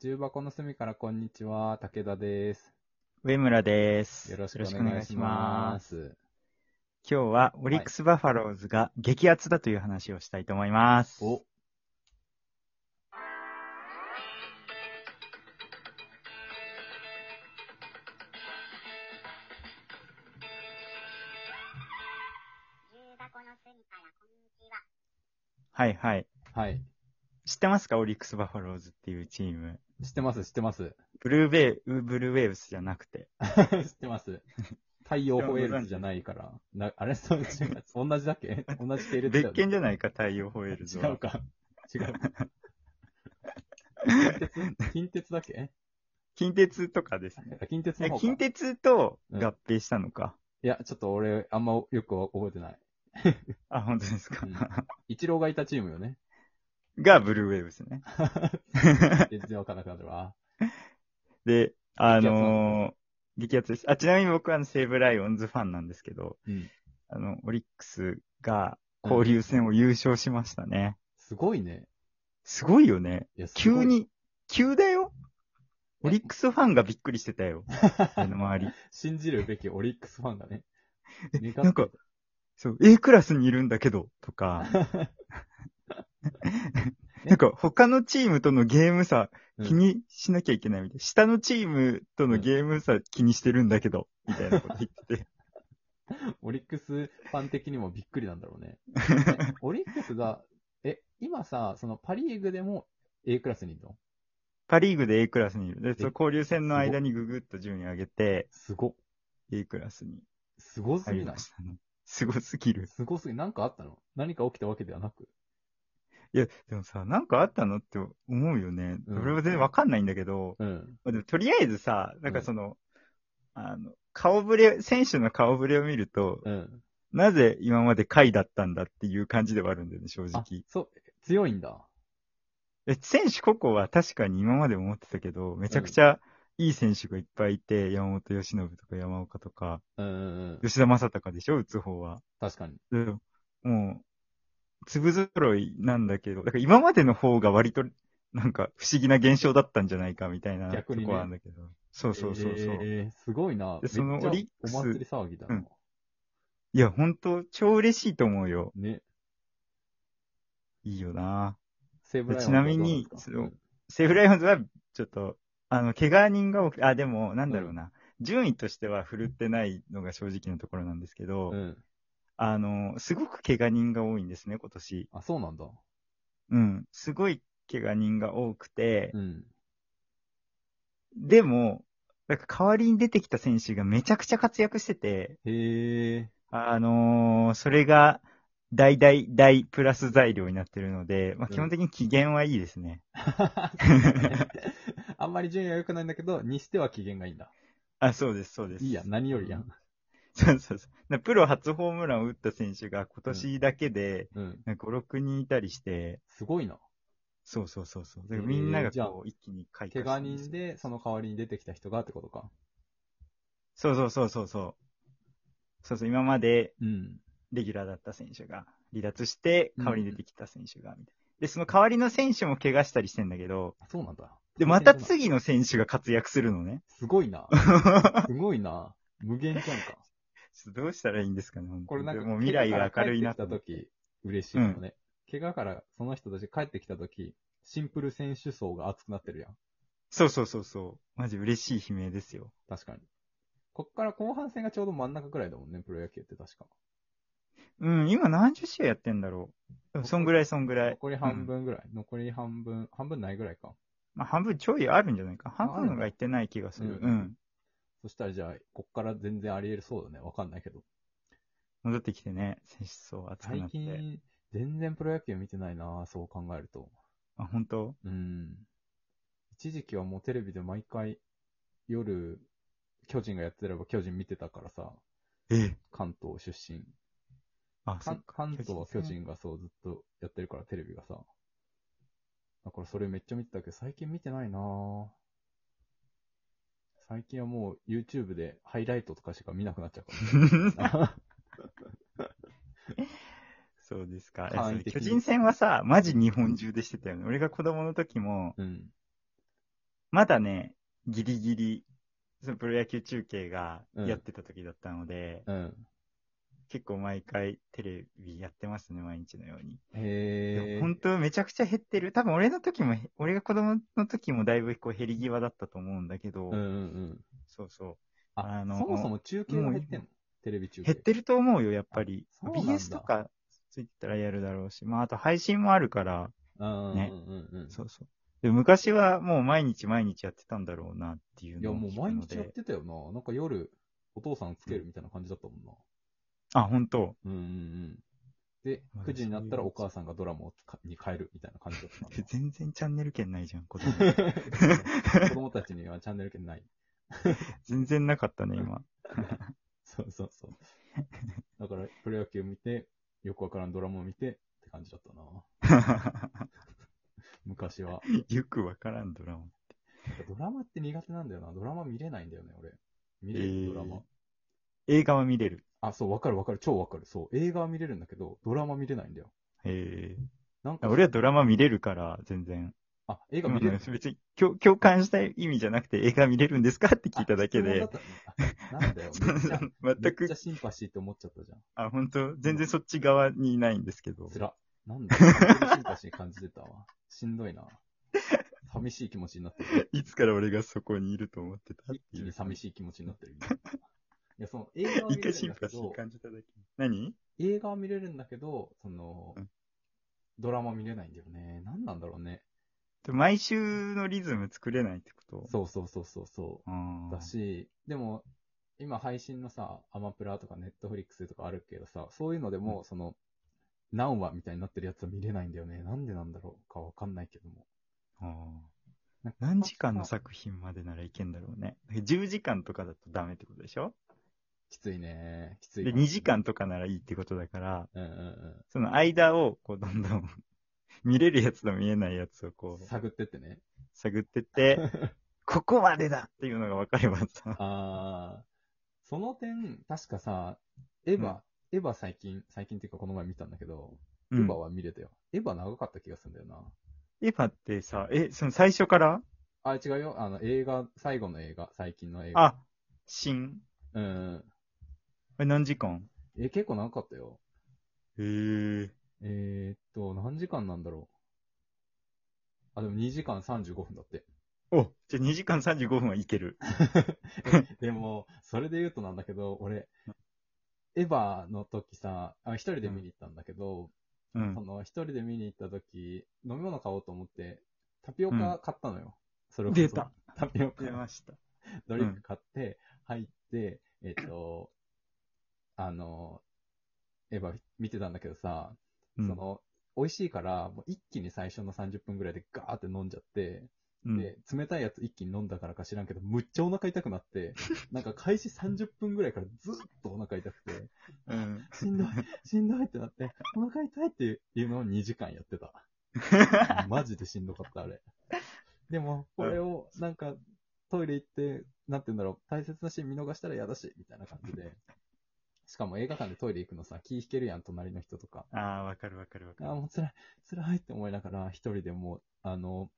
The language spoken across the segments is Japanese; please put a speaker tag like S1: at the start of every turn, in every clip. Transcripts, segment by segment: S1: 重箱の隅からこんにちは、武田です。
S2: 上村です。
S1: よろしくお願いしま。す。
S2: 今日はオリックス・バファローズが激アツだという話をしたいと思います。
S1: お
S3: 重箱の隅からこんにちは。
S2: はいはい。
S1: はい。
S2: 知ってますかオリックス・バファローズっていうチーム。
S1: 知ってます、知って ます。
S2: ブルーベイ、ブルーウェーブスじゃなくて。
S1: 知ってます。太陽ホエールズじゃないから。なあれ、そう違う。同じだっけ同じ系列だよ
S2: 別
S1: ね
S2: 件じゃないか、太陽ホエールズは。
S1: 違うか。違う。近鉄近鉄だっけ
S2: 近鉄とかですね。
S1: あ近鉄の
S2: え
S1: 方か。
S2: 近鉄と合併したのか。
S1: いや、ちょっと俺、あんまよく覚えてない。
S2: あ、本当ですか。
S1: イチローがいたチームよね。
S2: がブルーウェーブスね。
S1: 全然わからなくなるわ。
S2: で、あのー、激アツです。あ、ちなみに僕はあの西武ライオンズファンなんですけど、
S1: うん
S2: あの、オリックスが交流戦を優勝しましたね。
S1: すごいね。
S2: すごいよね。
S1: いやすごい
S2: 急に、急だよオリックスファンがびっくりして たよ。あの周り。
S1: 信じるべきオリックスファン がね。願って
S2: なんか、そう、A クラスにいるんだけど、とか。なんか、他のチームとのゲーム差
S1: うん
S2: 気にしなきゃいけないみたい。下のチームとのゲーム差気にしてるんだけど、みたいなこと言っ てて。
S1: オリックスファン的にもびっくりなんだろう ね。えオリックスが、え、今さ、そのパリーグでも A クラスにいるの
S2: パリーグで A クラスにいる。で、その交流戦の間にぐぐっと順位上げて、
S1: すご、
S2: A クラスに
S1: すごす
S2: 入
S1: ぎ
S2: り
S1: ない
S2: ましたね。すごすぎる。
S1: すごすぎ、なんかあったの何か起きたわけではなく。
S2: いや、でもさ、なんかあったのって思うよね。
S1: うん
S2: 俺は全然わかんないんだけど、
S1: うん。
S2: まあでもとりあえずさ、なんかその、あの、顔ぶれ、選手の顔ぶれを見ると、
S1: うん。
S2: なぜ今まで下位だったんだっていう感じではあるんだよね、正
S1: あ
S2: 直。、
S1: そう、強いんだ。
S2: え選手個々は確かに今まで思ってたけど、めちゃくちゃいい選手がいっぱいいて、山本由伸とか山岡とか、
S1: うんうんうん。
S2: 吉田正尚でしょ、打つ方は。
S1: 確かに。
S2: でももう、粒揃いなんだけど、だから今までの方が割と、なんか不思議な現象だったんじゃないかみたいなと
S1: 逆にね
S2: こはあるんだけど。そうそうそうそう。
S1: えーすごいな。
S2: でそ
S1: め
S2: の
S1: っちゃ
S2: オリックス
S1: お祭り騒ぎだな。
S2: いや、ほんと、超嬉しいと思うよ。
S1: ね。
S2: いいよな
S1: 西武ライオンズ
S2: ちなみに
S1: はどうなんです
S2: そ
S1: か
S2: のセーフライオンズは、ちょっと、あの、怪我人が多くて、あ、でも、なんだろうな。順位としては振るってないのが正直なところなんですけど、
S1: うんうん。
S2: あの、すごく怪我人が多いんですね、今年。
S1: あ、そうなんだ。
S2: うん。すごい怪我人が多くて、
S1: うん。
S2: でも、なんか代わりに出てきた選手がめちゃくちゃ活躍してて、
S1: へえ。
S2: あのーそれが、大大大プラス材料になってるので、まあ、
S1: うん
S2: 基本的に機嫌はいいですね。
S1: あんまり順位は良くないんだけど、にしては機嫌がいいんだ。
S2: あ、そうです、そうです。
S1: いいやん、何よりやん。
S2: そうそうそう。なプロ初ホームランを打った選手が今年だけで、
S1: うん。
S2: なんか5、6人いたりして、
S1: すごいな。
S2: そうそうそうそう。で
S1: えー
S2: みんなが
S1: じゃあ
S2: こう、一気に開
S1: 怪
S2: 花
S1: 我
S2: んです
S1: 人で、その代わりに出てきた人がってことか。
S2: そうそうそうそうそう。そうそう、今まで
S1: うん。
S2: レギュラーだった選手が離脱して、代わりに出てきた選手が、みたいな。で、その代わりの選手も怪我したりしてんだけど、
S1: あそうなんだ。
S2: で、また次の選手が活躍するのね。
S1: すごい な。すごいな。無限じゃんか。
S2: ちょっとどうしたらいいんですかね、本当に
S1: これなんか、
S2: でもう未来が明るいな
S1: 怪
S2: と
S1: 我か
S2: 思
S1: ら帰って
S2: っ
S1: き
S2: て。
S1: た時、嬉しいよね。怪我からその人たち帰ってきた時、シンプル選手層が厚くなってるやん。
S2: そうそうそうそう。マジ嬉しい悲鳴ですよ。
S1: 確かに。こっから後半戦がちょうど真ん中くらいだもんね、プロ野球って確か。
S2: うん、今何十試合やってんだろう。でもそんぐらいそんぐらい。
S1: 残り半分ぐらい。残り半分、半分ないぐらいか。
S2: まあ、半分ちょいあるんじゃないか。半
S1: あるんだ
S2: 分がいってない気がする。
S1: う
S2: うんん。
S1: そしたらじゃあ、こっから全然あり得るそうだね。わかんないけど。
S2: 戻ってきてね、選手層熱くな
S1: 最
S2: って。
S1: 近、全然プロ野球見てないなそう考えると。
S2: あ、本当
S1: うん。一時期はもうテレビで毎回、夜、巨人がやってれば巨人見てたからさ、
S2: え
S1: 関東出身。
S2: あ、そっ
S1: 関
S2: か。
S1: 関東は巨
S2: ね。
S1: 人がそうずっとやってるから、テレビがさ。だからそれめっちゃ見てたけど、最近見てないなぁ最近はもう YouTube でハイライトとかしか見なくなっちゃう から。
S2: そうですか。
S1: 簡易
S2: いや
S1: 的
S2: 巨
S1: に
S2: 人戦はさ、マジ日本中でしてたよね。俺が子供の時も、
S1: うん。
S2: まだね、ギリギリ、そのプロ野球中継が
S1: うん
S2: やってた時だったので、
S1: うん。
S2: 結構毎回テレビやってますね、毎日のように。
S1: へえ。
S2: 本当めちゃくちゃ減ってる。多分俺の時も、俺が子供の時もだいぶこう減り際だったと思うんだけど、
S1: うんうんうん。
S2: そうそ
S1: あ、
S2: あの
S1: そもそも中継が減ってんのテレビ中
S2: う。
S1: 継。
S2: 減ってると思うよ、やっぱり
S1: あ。そうなんだ
S2: BS とかついてたらやるだろうし、まああと配信もあるから、
S1: うんうん
S2: ね
S1: うんうん。
S2: そうそう。で昔はもう毎日毎日やってたんだろうなっていう
S1: いや、
S2: のを
S1: もう
S2: 聞く
S1: 毎
S2: の
S1: 日やっ
S2: で。
S1: てたよな。なんか夜、お父さんつけるみたいな感じだったもんな。
S2: あ、本当
S1: うんうんうん。で、
S2: まあ
S1: 9時になったら
S2: そ
S1: お
S2: ういうやつ
S1: 母さんがドラマをかに変えるみたいな感じだったな
S2: 全然チャンネル権ないじゃん、子 供。
S1: 子供たちにはチャンネル権ない。
S2: 全然なかったね、今。
S1: そうそうそう。だから、プロ野球見て、よくわからんドラマを見てって感じだったな。 昔は。
S2: よくわからんドラマ。
S1: ドラマって苦手なんだよな。ドラマ見れないんだよね、俺。見れる、
S2: えー
S1: ドラマ。
S2: 映画は見れる。
S1: あ、そう、わかるわかる。超わかる。そう。映画は見れるんだけど、ドラマ見れないんだよ。
S2: え
S1: なん
S2: え
S1: か、
S2: 俺はドラマ見れるから、全然。
S1: あ、映画見れる。
S2: うん別に共共感したい意味じゃなくて映画見れるんですかって聞いただけで
S1: あ。。質問だったのあなん だよ。めっちゃ、め
S2: 全
S1: っち
S2: く
S1: ゃ、シンパシーって思っちゃったじゃん。
S2: あ、本当全然そっち側にいないんですけど。
S1: つら。なんだよ。本当にシンパシー感じてたわ。しんどいな。寂しい気持ちになって る。
S2: いつから俺がそこにいると思ってた
S1: 一気に寂
S2: し
S1: しい気持ちになってる。今いや、その映画は見
S2: 一
S1: れ
S2: 回
S1: るん
S2: シン
S1: だけ
S2: パシー
S1: ど、
S2: 感じただけ。何
S1: 映画は見れるんだけど、その
S2: うん、
S1: ドラマ見れないんだよね。何なんだろうね。
S2: 毎週のリズム作れないってこと。
S1: そうそうそうそうそうう。
S2: あー
S1: だし、でも、今配信のさ、アマプラとかネットフリックスとかあるけどさ、そういうのでも、その、何話みたいになってるやつは見れないんだよね。なんでなんだろうかわかんないけども。
S2: あ
S1: な
S2: あ
S1: んか
S2: 何時間の作品までならいけんだろうね。10時間とかだとダメってことでしょ
S1: きついね。きつい。
S2: で、2時。間とかならいいってことだから、
S1: うんうん
S2: その間を、こう、どんどん、 見れるやつと見えないやつを
S1: う
S2: こ
S1: ん。
S2: う、
S1: 探ってってね。
S2: 探って って、ここまでだっていうのが分かれば さ、
S1: ああ。その点、確かさ、エヴァ、エヴァ最近、最近っていうかこの前見たんだけど、エ
S2: うん
S1: ヴァは見れたよ。エヴァ長かった気がするんだよな。
S2: エヴァってさ、え、その最初から
S1: あ、違うよ。あの、映画、最後の映画、最近の映画。
S2: あ、新
S1: うん。
S2: え、何時間
S1: え、結構長かったよ。
S2: へえ。
S1: えー、っと、何時間なんだろう。あ、でも2時間35分だって。
S2: お、じゃあ2時間35分はいける。
S1: でも、それで言うとなんだけど、俺、エヴァの時さ、あ一人で見に行ったんだけど、
S2: うん
S1: そ。の一人で見に行った時、飲み物買おうと思って、タピオカ買ったのよ。それこそ
S2: 出た。
S1: タピオカ
S2: 出ました。
S1: ドリンク買って、入って、えっと、あの、エヴァ見てたんだけどさ、
S2: うん
S1: その、美味しいから、もう一気に最初の30分ぐらいでガーって飲んじゃって、
S2: うん
S1: で、冷たいやつ一気に飲んだからか知らんけど、むっちゃお腹痛くな って、なんか開始30分ぐらいからずっとお腹痛くて、
S2: うん。
S1: しんど い、しんどいってなって、お腹痛いっていうのを2時間やってた。 マジでしんどかった、あれ。でも、これを、なんか、トイレ行って、なんて言うんだろう、大切なシーン見逃したら嫌だし、みたいな感じで。しかも映画館でトイレ行くのさ、気引けるやん、隣の人とか。
S2: ああ、わかるわかるわ
S1: あ
S2: か
S1: ー
S2: る。
S1: もう辛い、辛いって思いながら、一人でもう、あの、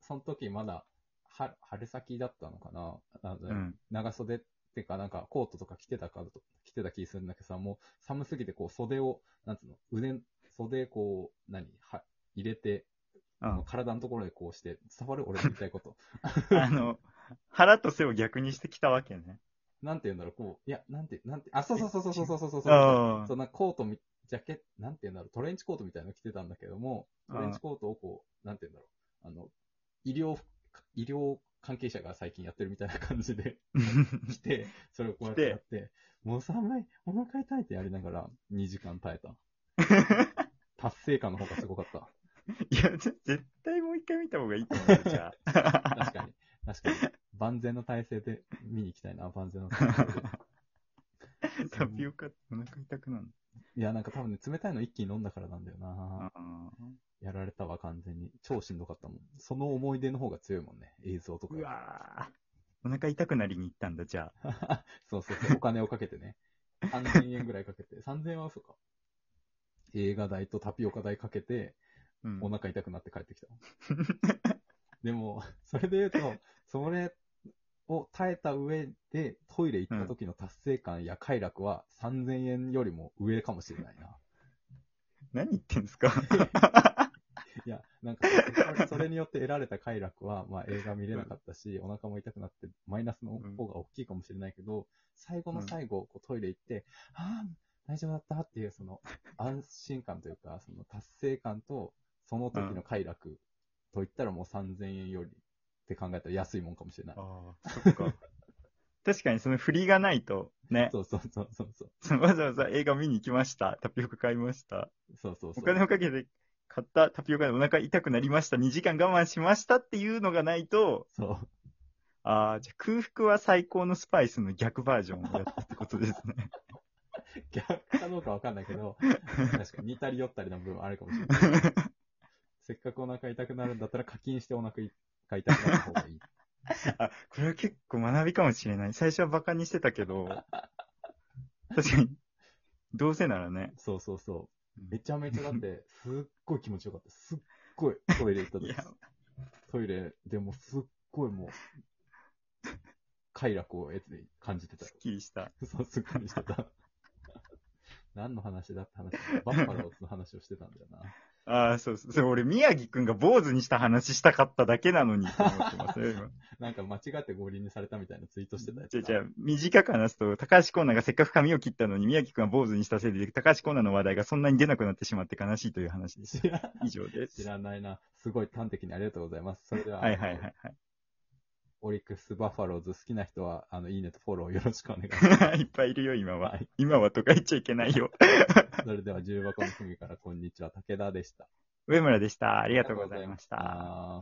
S1: その時まだ、は春先だったのかなあの、
S2: うん。
S1: 長袖っていうか、なんかコートとか着てたかと、着てた気するんだけどさ、もう寒すぎてこう袖を、なんつうの、腕、袖こう、何、は、入れて、
S2: う
S1: あ
S2: ん
S1: の体のところでこうして、伝わる俺の言いたいこと。
S2: あの、腹と背を逆にしてきたわけね。
S1: なんて言うんだろう、こう、いや、なんて、なんて、あ、そうそうそうそうそうそうそうそう
S2: あ
S1: そんなコートみ、ジャケット、なんて言うんだろう、トレンチコートみたいなの着てたんだけども、トレンチコートをこう、なんて言うんだろう、あの、医療、医療関係者が最近やってるみたいな感じで
S2: あ。
S1: 着て、それをこうやってやって、もう寒い、お腹痛いってやりながら2時間耐え た。達成感の方がすごかった。
S2: いや、ぜ絶対もう一回見た方がいいと思うよ、 じゃあ。
S1: 確かに。確かに。万全の体制で見に行きたいな、万全の体制で。
S2: タピオカ、お腹痛くなる
S1: いや、なんか多分ね、冷たいの一気に飲んだからなんだよな。
S2: ああ。
S1: やられたわ、完全に。超しんどかったもん。その思い出の方が強いもんね、映像とかよ
S2: う
S1: り。
S2: わーお腹痛くなりに行ったんだ、じゃあ。
S1: そうそうそう、お金をかけてね。3000円ぐらいかけて。3000円は嘘か。映画代とタピオカ代かけて、
S2: うん
S1: お腹痛くなって帰ってきた。でも、それで言うと、それを耐えた上で、トイレ行った時の達成感や快楽は3000円よりも上かもしれないな。
S2: 何言ってん すか
S1: いや、なんか、そ れによって得られた快楽は、まあ映画見れなかったし、お腹も痛くなって、マイナスの方が大きいかもしれないけど、最後の最後、こうトイレ行って、ああ、大丈夫だったっていう、その、安心感というか、その達成感と、その時の快楽といったらもう3000円よりって考えたら安いもんかもしれない。
S2: ああ、そっか。確かにその振りがないと、ね、
S1: そうそうそうそうそう。
S2: そのわざわざ映画見に行きました、タピオカ買いました、
S1: そうそうそ
S2: お
S1: う。
S2: 金をかけて買ったタピオカでお腹痛くなりました、2時間我慢しましたっていうのがないと、
S1: そう。
S2: ああ、じゃあ空腹は最高のスパイスの逆バージョンをやったってことです ね。
S1: 逆かどうかわかんないけ ど、確かに似たり寄ったりの部分あるかもしれない。せっかくお腹痛くなるんだったら課金してお腹いが痛くなる方がいい。
S2: あ、これは結構学びかもしれない。最初はバカにしてたけど、確かに、どうせならね。
S1: そうそうそう。めちゃめちゃだって、すっごい気持ちよかった。すっごいトイレ行った
S2: い
S1: 時
S2: や。
S1: トイレでもすっごいもう、快楽を得て感じてたよ
S2: す。っきりした。
S1: そう、すっごいしてた。何の話だって話。バッファローズの話をしてたんだよな。
S2: ああ、そうそう。それ俺、宮城くんが坊主にした話したかっただけなのにと思ってますよ、今。
S1: なんか間違って合輪にされたみたいなツイートしてたやつ
S2: じゃ
S1: だ。
S2: あ、じゃあ短く話すと、高橋コーナーがせっかく髪を切ったのに、宮城くんが坊主にしたせいで、高橋コーナーの話題がそんなに出なくなってしまって悲しいという話です。
S1: 知らん
S2: 以上です。
S1: 知らないな。すごい端的にありがとうございます。それでは、
S2: はいはいはい
S1: オリックス・バファローズ好きな人は、あの、いいねとフォローよろしくお願いします。
S2: はい。いっ ぱいいるよ、今は。今はとか言っちゃいけないよ。
S1: それでは、重箱の隅からこんにちは、武田でした。
S2: 上村でした。あ
S1: あ
S2: りがとうございました。
S1: た。